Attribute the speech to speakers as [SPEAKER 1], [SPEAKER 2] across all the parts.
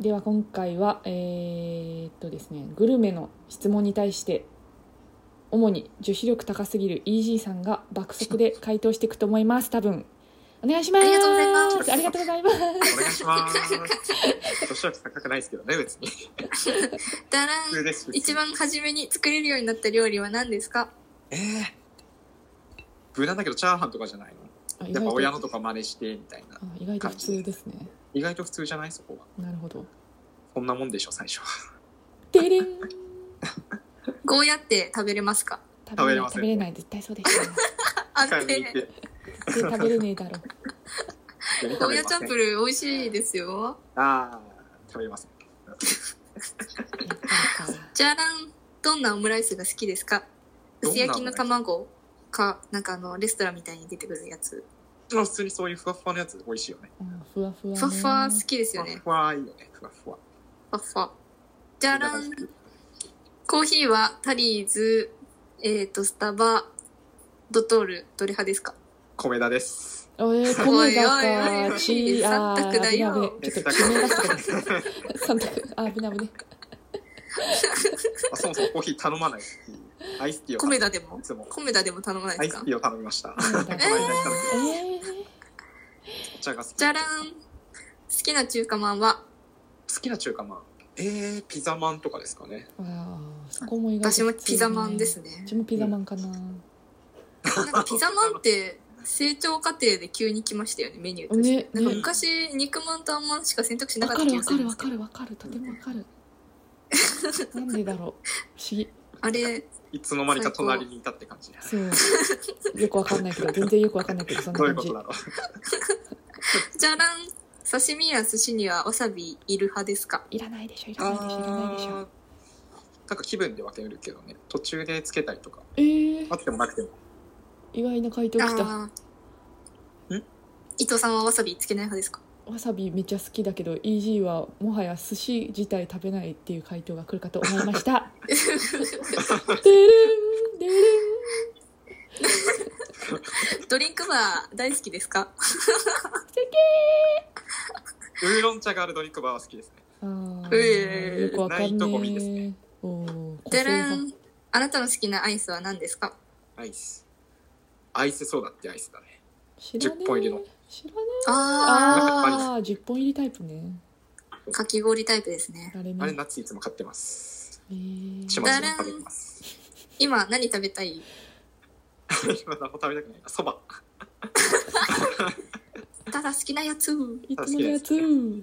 [SPEAKER 1] では今回はえーっとですねグルメの質問に対して主に女子力高すぎる EG さんが爆速で回答していくと思います多分お願いします
[SPEAKER 2] ありがとうございます
[SPEAKER 1] ありがとうございます
[SPEAKER 3] お願いします。年子力高くないですけどね、別に。
[SPEAKER 2] だら
[SPEAKER 3] 普通
[SPEAKER 2] ん。
[SPEAKER 3] です。
[SPEAKER 2] 一番初めに作れるようになった料理は何ですか
[SPEAKER 3] えー、無難だけどチャーハンとかじゃないの
[SPEAKER 1] あ意
[SPEAKER 3] やっ
[SPEAKER 1] 外
[SPEAKER 3] ぱ
[SPEAKER 1] と
[SPEAKER 3] 親のとか真似してみたいな
[SPEAKER 1] あ。意外と普通ですね
[SPEAKER 3] 意外と普通じゃないそこは。
[SPEAKER 1] なるほど
[SPEAKER 3] こんなもんでしょ、最初は。
[SPEAKER 1] でれん
[SPEAKER 2] ゴーヤって食べれますか
[SPEAKER 1] 食べ
[SPEAKER 3] べれ
[SPEAKER 1] れない
[SPEAKER 3] ません
[SPEAKER 1] 食べれない絶対そうでし
[SPEAKER 2] あって
[SPEAKER 3] 買いに行って。
[SPEAKER 1] ょ絶対食べれねえだろ
[SPEAKER 3] 何
[SPEAKER 2] ゴ
[SPEAKER 3] 食
[SPEAKER 2] ー
[SPEAKER 3] べ
[SPEAKER 2] ヤ
[SPEAKER 3] れま
[SPEAKER 2] チャ
[SPEAKER 3] せ
[SPEAKER 2] ン
[SPEAKER 3] ん
[SPEAKER 2] プ。ルー美味しいですよ。
[SPEAKER 3] あー、食べれません。
[SPEAKER 1] やっぱりか
[SPEAKER 2] じゃらん。どんなオムライスが好きですか
[SPEAKER 3] どん
[SPEAKER 2] 薄
[SPEAKER 3] なオムライス
[SPEAKER 2] 焼きの卵か、なんかあの、レストランみたいに出てくるやつ。
[SPEAKER 3] でも普通にそういうふわふわのやつ美味しいよね。
[SPEAKER 1] うんふわふわね
[SPEAKER 2] ふわふわ好きです
[SPEAKER 3] ふ
[SPEAKER 2] よ
[SPEAKER 3] わ
[SPEAKER 2] ね。
[SPEAKER 3] ふわいいよね、ふわふわ。
[SPEAKER 2] ふわふわ。じゃらん。コーヒーはタリーズ、えっ、と、スタバ、ドトール、どれ派ですか
[SPEAKER 3] 米田です。
[SPEAKER 1] おえー、米だ
[SPEAKER 2] おいおいお
[SPEAKER 1] か
[SPEAKER 2] い
[SPEAKER 1] チーあー
[SPEAKER 2] 三択だよ
[SPEAKER 1] 危ない危ないちょっと決め出してください 三択あ危ない危ない
[SPEAKER 3] あそもそもコーヒー頼まないし。アイスティーを
[SPEAKER 2] コ
[SPEAKER 3] 頼む。
[SPEAKER 2] メダでも
[SPEAKER 3] いつも。
[SPEAKER 2] コメダでも頼まない
[SPEAKER 3] ア
[SPEAKER 2] で
[SPEAKER 3] イ
[SPEAKER 2] すか
[SPEAKER 3] スティーを頼みました。この
[SPEAKER 1] 米田
[SPEAKER 3] 間行った時
[SPEAKER 1] えー、
[SPEAKER 3] お茶が好き。
[SPEAKER 2] じゃらん。好きな中華まんは、
[SPEAKER 3] 好きな中華まんえー、ピザまんとかですかね
[SPEAKER 1] あーそこも意外と
[SPEAKER 2] 私もピザまんです
[SPEAKER 1] ね
[SPEAKER 2] ね
[SPEAKER 1] う。ちもピザマンかな、
[SPEAKER 2] なんかピザまんって成長過程で急に来ましたよね、メニューとして。
[SPEAKER 1] ね
[SPEAKER 2] なんか
[SPEAKER 3] ね
[SPEAKER 2] 昔、肉まんとあんまんしか選択肢な
[SPEAKER 1] わ
[SPEAKER 2] かった
[SPEAKER 1] かる
[SPEAKER 2] 気
[SPEAKER 1] わ
[SPEAKER 2] がす
[SPEAKER 1] か
[SPEAKER 2] るん
[SPEAKER 1] るわか
[SPEAKER 2] ですけど。
[SPEAKER 1] るわかるとてもわかるなんでだろう不思議
[SPEAKER 2] あれ、
[SPEAKER 3] いつの間にか隣にいたって感じ
[SPEAKER 1] そうよくわかんないけど全然よくわかんないけどそん な
[SPEAKER 3] どういう
[SPEAKER 1] 感
[SPEAKER 3] こ
[SPEAKER 1] じ
[SPEAKER 3] とだろ
[SPEAKER 2] じゃらん。刺身や寿司にはわさびいる派ですか
[SPEAKER 1] いらないでしょいうらないでしょいらないでしょ
[SPEAKER 3] なんか気分で分けるけどね途中でつけたりとか
[SPEAKER 1] えー
[SPEAKER 3] あ、ってもなくても
[SPEAKER 1] 意外な回答きたわ
[SPEAKER 2] あー
[SPEAKER 3] ん
[SPEAKER 2] 伊藤さんはわさびつけない派ですか
[SPEAKER 1] さびめっちゃ好きだけど EG はもはや寿司自体食べないっていう回答が来るかと思いました でるんでるん
[SPEAKER 2] ドリンクバー大好きですか
[SPEAKER 3] ウーロン茶があるドリンクバーは好きですね
[SPEAKER 1] あ
[SPEAKER 2] う
[SPEAKER 1] ー
[SPEAKER 2] え
[SPEAKER 1] よくわかんね
[SPEAKER 3] ないとこ見です
[SPEAKER 1] え
[SPEAKER 3] ね
[SPEAKER 1] おお個
[SPEAKER 2] じゃ
[SPEAKER 1] 性
[SPEAKER 2] ら
[SPEAKER 1] が
[SPEAKER 2] ん。あなたの好きなアイスは何ですか
[SPEAKER 3] アイスアイスソーダってアイスだね
[SPEAKER 1] 知らねえ
[SPEAKER 3] 10本入りの
[SPEAKER 1] 知らねえ
[SPEAKER 2] あ
[SPEAKER 1] ああー10本入りタイプね
[SPEAKER 2] あ、かき氷タイプですね。
[SPEAKER 1] あれ
[SPEAKER 3] あれ
[SPEAKER 1] ね
[SPEAKER 3] ナッツいつも買ってます
[SPEAKER 1] えー
[SPEAKER 3] ちまちま食べてます
[SPEAKER 2] 今何食べたい
[SPEAKER 3] 今何も食べたくないなそば
[SPEAKER 2] ただ好きなやつ。
[SPEAKER 1] いつものやつ
[SPEAKER 2] でれん。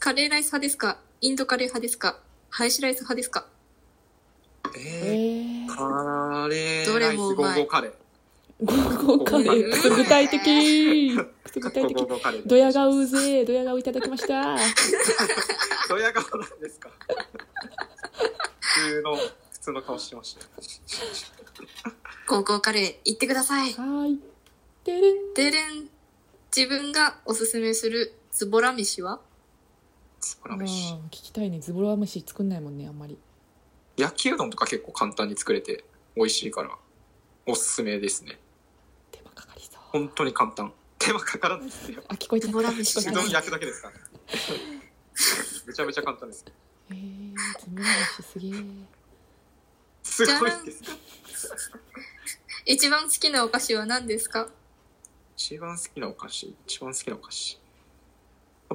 [SPEAKER 2] カレーライス派ですかインドカレー派ですかハヤシライス派ですか
[SPEAKER 3] えー、
[SPEAKER 1] えー
[SPEAKER 3] カレ
[SPEAKER 2] ど
[SPEAKER 3] ーラ
[SPEAKER 2] れ
[SPEAKER 3] イス
[SPEAKER 2] も
[SPEAKER 3] ゴ
[SPEAKER 2] うま
[SPEAKER 3] ー
[SPEAKER 2] い
[SPEAKER 3] ゴーカレー
[SPEAKER 1] ゴーゴーカレークソ具体的クソ具体
[SPEAKER 3] ゴー
[SPEAKER 1] 的
[SPEAKER 3] ゴーカレー
[SPEAKER 1] ドヤ顔ぜドヤ顔いただきました
[SPEAKER 3] ドヤ顔なんですか普通の普通の顔してました
[SPEAKER 2] ゴーゴーカレー行ってください。
[SPEAKER 1] はいてれん
[SPEAKER 2] でれん。自分がおすすめするズボラ飯は
[SPEAKER 3] そこ
[SPEAKER 1] あ
[SPEAKER 3] ら
[SPEAKER 1] ー
[SPEAKER 3] 飯
[SPEAKER 1] 聞きたいねズボラ飯作んないもんねあんまり
[SPEAKER 3] 焼きうどんとか結構簡単に作れて美味しいからおすすめですね
[SPEAKER 1] 手間かかりそう
[SPEAKER 3] 本当に簡単手間かからないですよ
[SPEAKER 1] あ聞こえちゃっ
[SPEAKER 2] ズ
[SPEAKER 1] た
[SPEAKER 2] ボラ
[SPEAKER 1] 聞
[SPEAKER 2] 飯
[SPEAKER 1] こえ
[SPEAKER 3] う
[SPEAKER 1] ちゃ
[SPEAKER 2] じゃ
[SPEAKER 1] っ
[SPEAKER 2] な
[SPEAKER 3] ど
[SPEAKER 2] い
[SPEAKER 3] ん焼くだけですから めちゃめちゃ簡単です
[SPEAKER 1] えーズボラ飯すげえ
[SPEAKER 3] すごいです
[SPEAKER 2] 一番好きなお菓子は何ですか
[SPEAKER 3] 一番好きなお菓子一番好きなお菓子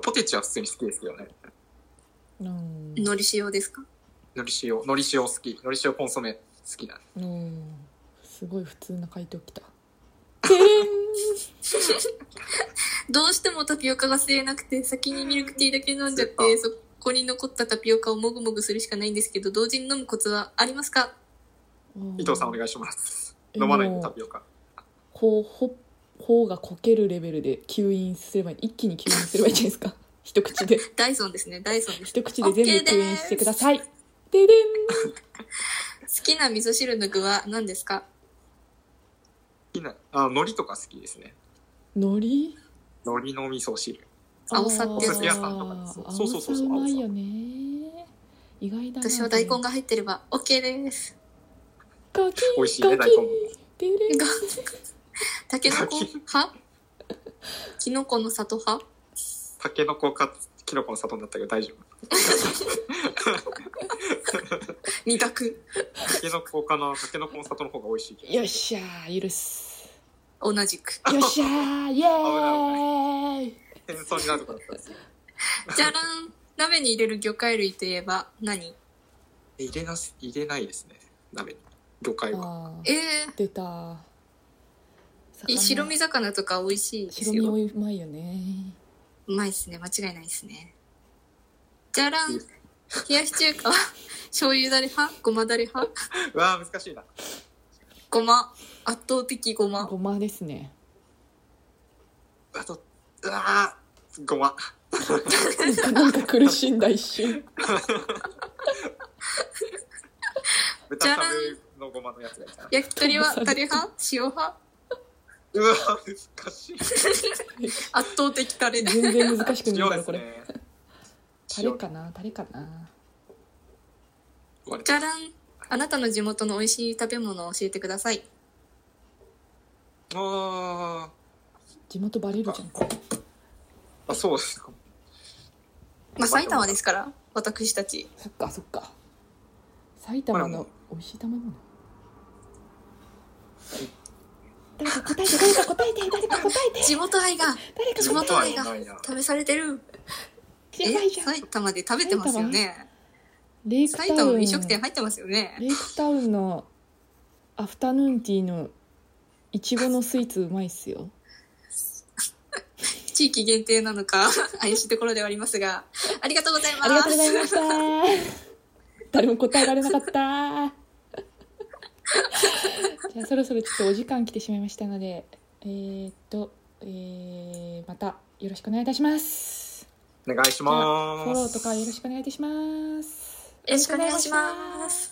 [SPEAKER 3] ポテチは普通に好きですけどね
[SPEAKER 1] うん
[SPEAKER 2] 海苔塩ですか
[SPEAKER 3] のり塩のり塩好きのり塩コンソメ好きな
[SPEAKER 1] うんすごい普通な回答きたてれん
[SPEAKER 2] どうしてもタピオカが吸えなくて、先にミルクティーだけ飲んじゃって、そこに残ったタピオカをもぐもぐするしかないんですけど、同時に飲むコツはありますか
[SPEAKER 3] 伊藤さんお願いします飲まないでタピオカ
[SPEAKER 1] こうほ頬がこけるレベルで吸引すればいい一気に吸引すればいいじゃないですか 一口で
[SPEAKER 2] ダイソンですね、ダイソンです。
[SPEAKER 1] 一口で全部
[SPEAKER 2] OK です
[SPEAKER 1] 吸引してくださいででん
[SPEAKER 2] 好きな味噌汁の具は何ですか
[SPEAKER 3] 好きなあのりとか好きですね
[SPEAKER 1] 海苔
[SPEAKER 3] のりの味噌汁
[SPEAKER 2] 青さってやつ
[SPEAKER 1] あー
[SPEAKER 2] お寿司屋
[SPEAKER 3] さんとかです
[SPEAKER 1] 青
[SPEAKER 3] そうそうそうそう
[SPEAKER 1] さうまいよね意外だな
[SPEAKER 2] 私は大根が入ってれば OK です。
[SPEAKER 1] ガキ
[SPEAKER 3] 美味しいね
[SPEAKER 1] ガ
[SPEAKER 3] 大根
[SPEAKER 1] キ
[SPEAKER 3] も
[SPEAKER 1] ででん
[SPEAKER 2] がタケノコ派キノコの里派
[SPEAKER 3] タケノコかキノコの里になったけど大丈夫
[SPEAKER 2] 二択。
[SPEAKER 3] タケノコかなタケノコの里の方が美味しいけど
[SPEAKER 1] よっしゃー許 す
[SPEAKER 2] 同じく。
[SPEAKER 1] よっしゃーイエーイ
[SPEAKER 3] 変装になるとかだったんですよ
[SPEAKER 2] じゃらん。鍋に入れる魚介類といえば何
[SPEAKER 3] え入れなす入れないですね鍋に魚介は
[SPEAKER 1] あー
[SPEAKER 2] え
[SPEAKER 1] 出た
[SPEAKER 2] ー、白身魚とか美味しいです
[SPEAKER 1] 白身
[SPEAKER 2] よ。
[SPEAKER 1] おいうまいよね
[SPEAKER 2] うまいですね。間違いないですね。じゃらん。冷やし中華は 醤油だれ派ごまだれ派
[SPEAKER 3] うわー難しいな
[SPEAKER 2] ごま。圧倒的ごま。
[SPEAKER 1] ごまですね
[SPEAKER 3] あとうわーごま
[SPEAKER 1] なんか苦しんだ一瞬
[SPEAKER 3] 豚サブのごまのやつがいたな
[SPEAKER 2] 焼き鳥はタレ派塩派
[SPEAKER 3] うわー難しい
[SPEAKER 2] 圧倒的タレだ。
[SPEAKER 1] 全然難しくない
[SPEAKER 3] 塩
[SPEAKER 1] か
[SPEAKER 3] で
[SPEAKER 1] ら
[SPEAKER 3] す
[SPEAKER 1] これ
[SPEAKER 3] ね
[SPEAKER 1] タレかなタレかな
[SPEAKER 3] 塩
[SPEAKER 2] じゃらん。あなたの地元の美味しい食べ物を教えてください。
[SPEAKER 3] あ
[SPEAKER 1] 地元バレるじゃん
[SPEAKER 3] ーあそうですか
[SPEAKER 2] まあ、埼玉ですから、私たち。
[SPEAKER 1] そっかそっか埼玉の美味しい食べ物誰か答えて誰か答えて誰か答えて
[SPEAKER 2] 地元愛が
[SPEAKER 1] 誰か
[SPEAKER 2] 地
[SPEAKER 1] 答
[SPEAKER 2] 元愛が
[SPEAKER 3] 地元愛が
[SPEAKER 2] 試されてる。
[SPEAKER 1] えて
[SPEAKER 2] え
[SPEAKER 1] やばいじゃん
[SPEAKER 2] 埼玉で食べてますよね。
[SPEAKER 1] レイク
[SPEAKER 2] 埼
[SPEAKER 1] タ
[SPEAKER 2] 玉
[SPEAKER 1] ウ
[SPEAKER 2] の
[SPEAKER 1] ン
[SPEAKER 2] 飲食店入ってますよね。
[SPEAKER 1] レイクタウンのアフタヌーンティーのいちごのスイーツうまいっすよ
[SPEAKER 2] 地域限定なのか、怪しいところではありますが、ありがとうございます。
[SPEAKER 1] ありがとうございました 誰も答えられなかった じゃあそろそろちょっとお時間来てしまいましたのでえー、っと、えー、またよろしくお願いいたします
[SPEAKER 3] お願いし
[SPEAKER 1] じゃ
[SPEAKER 3] ま
[SPEAKER 1] あ
[SPEAKER 3] す
[SPEAKER 1] フォローとかよろしくお願いいたします。
[SPEAKER 2] よろしくお願いします。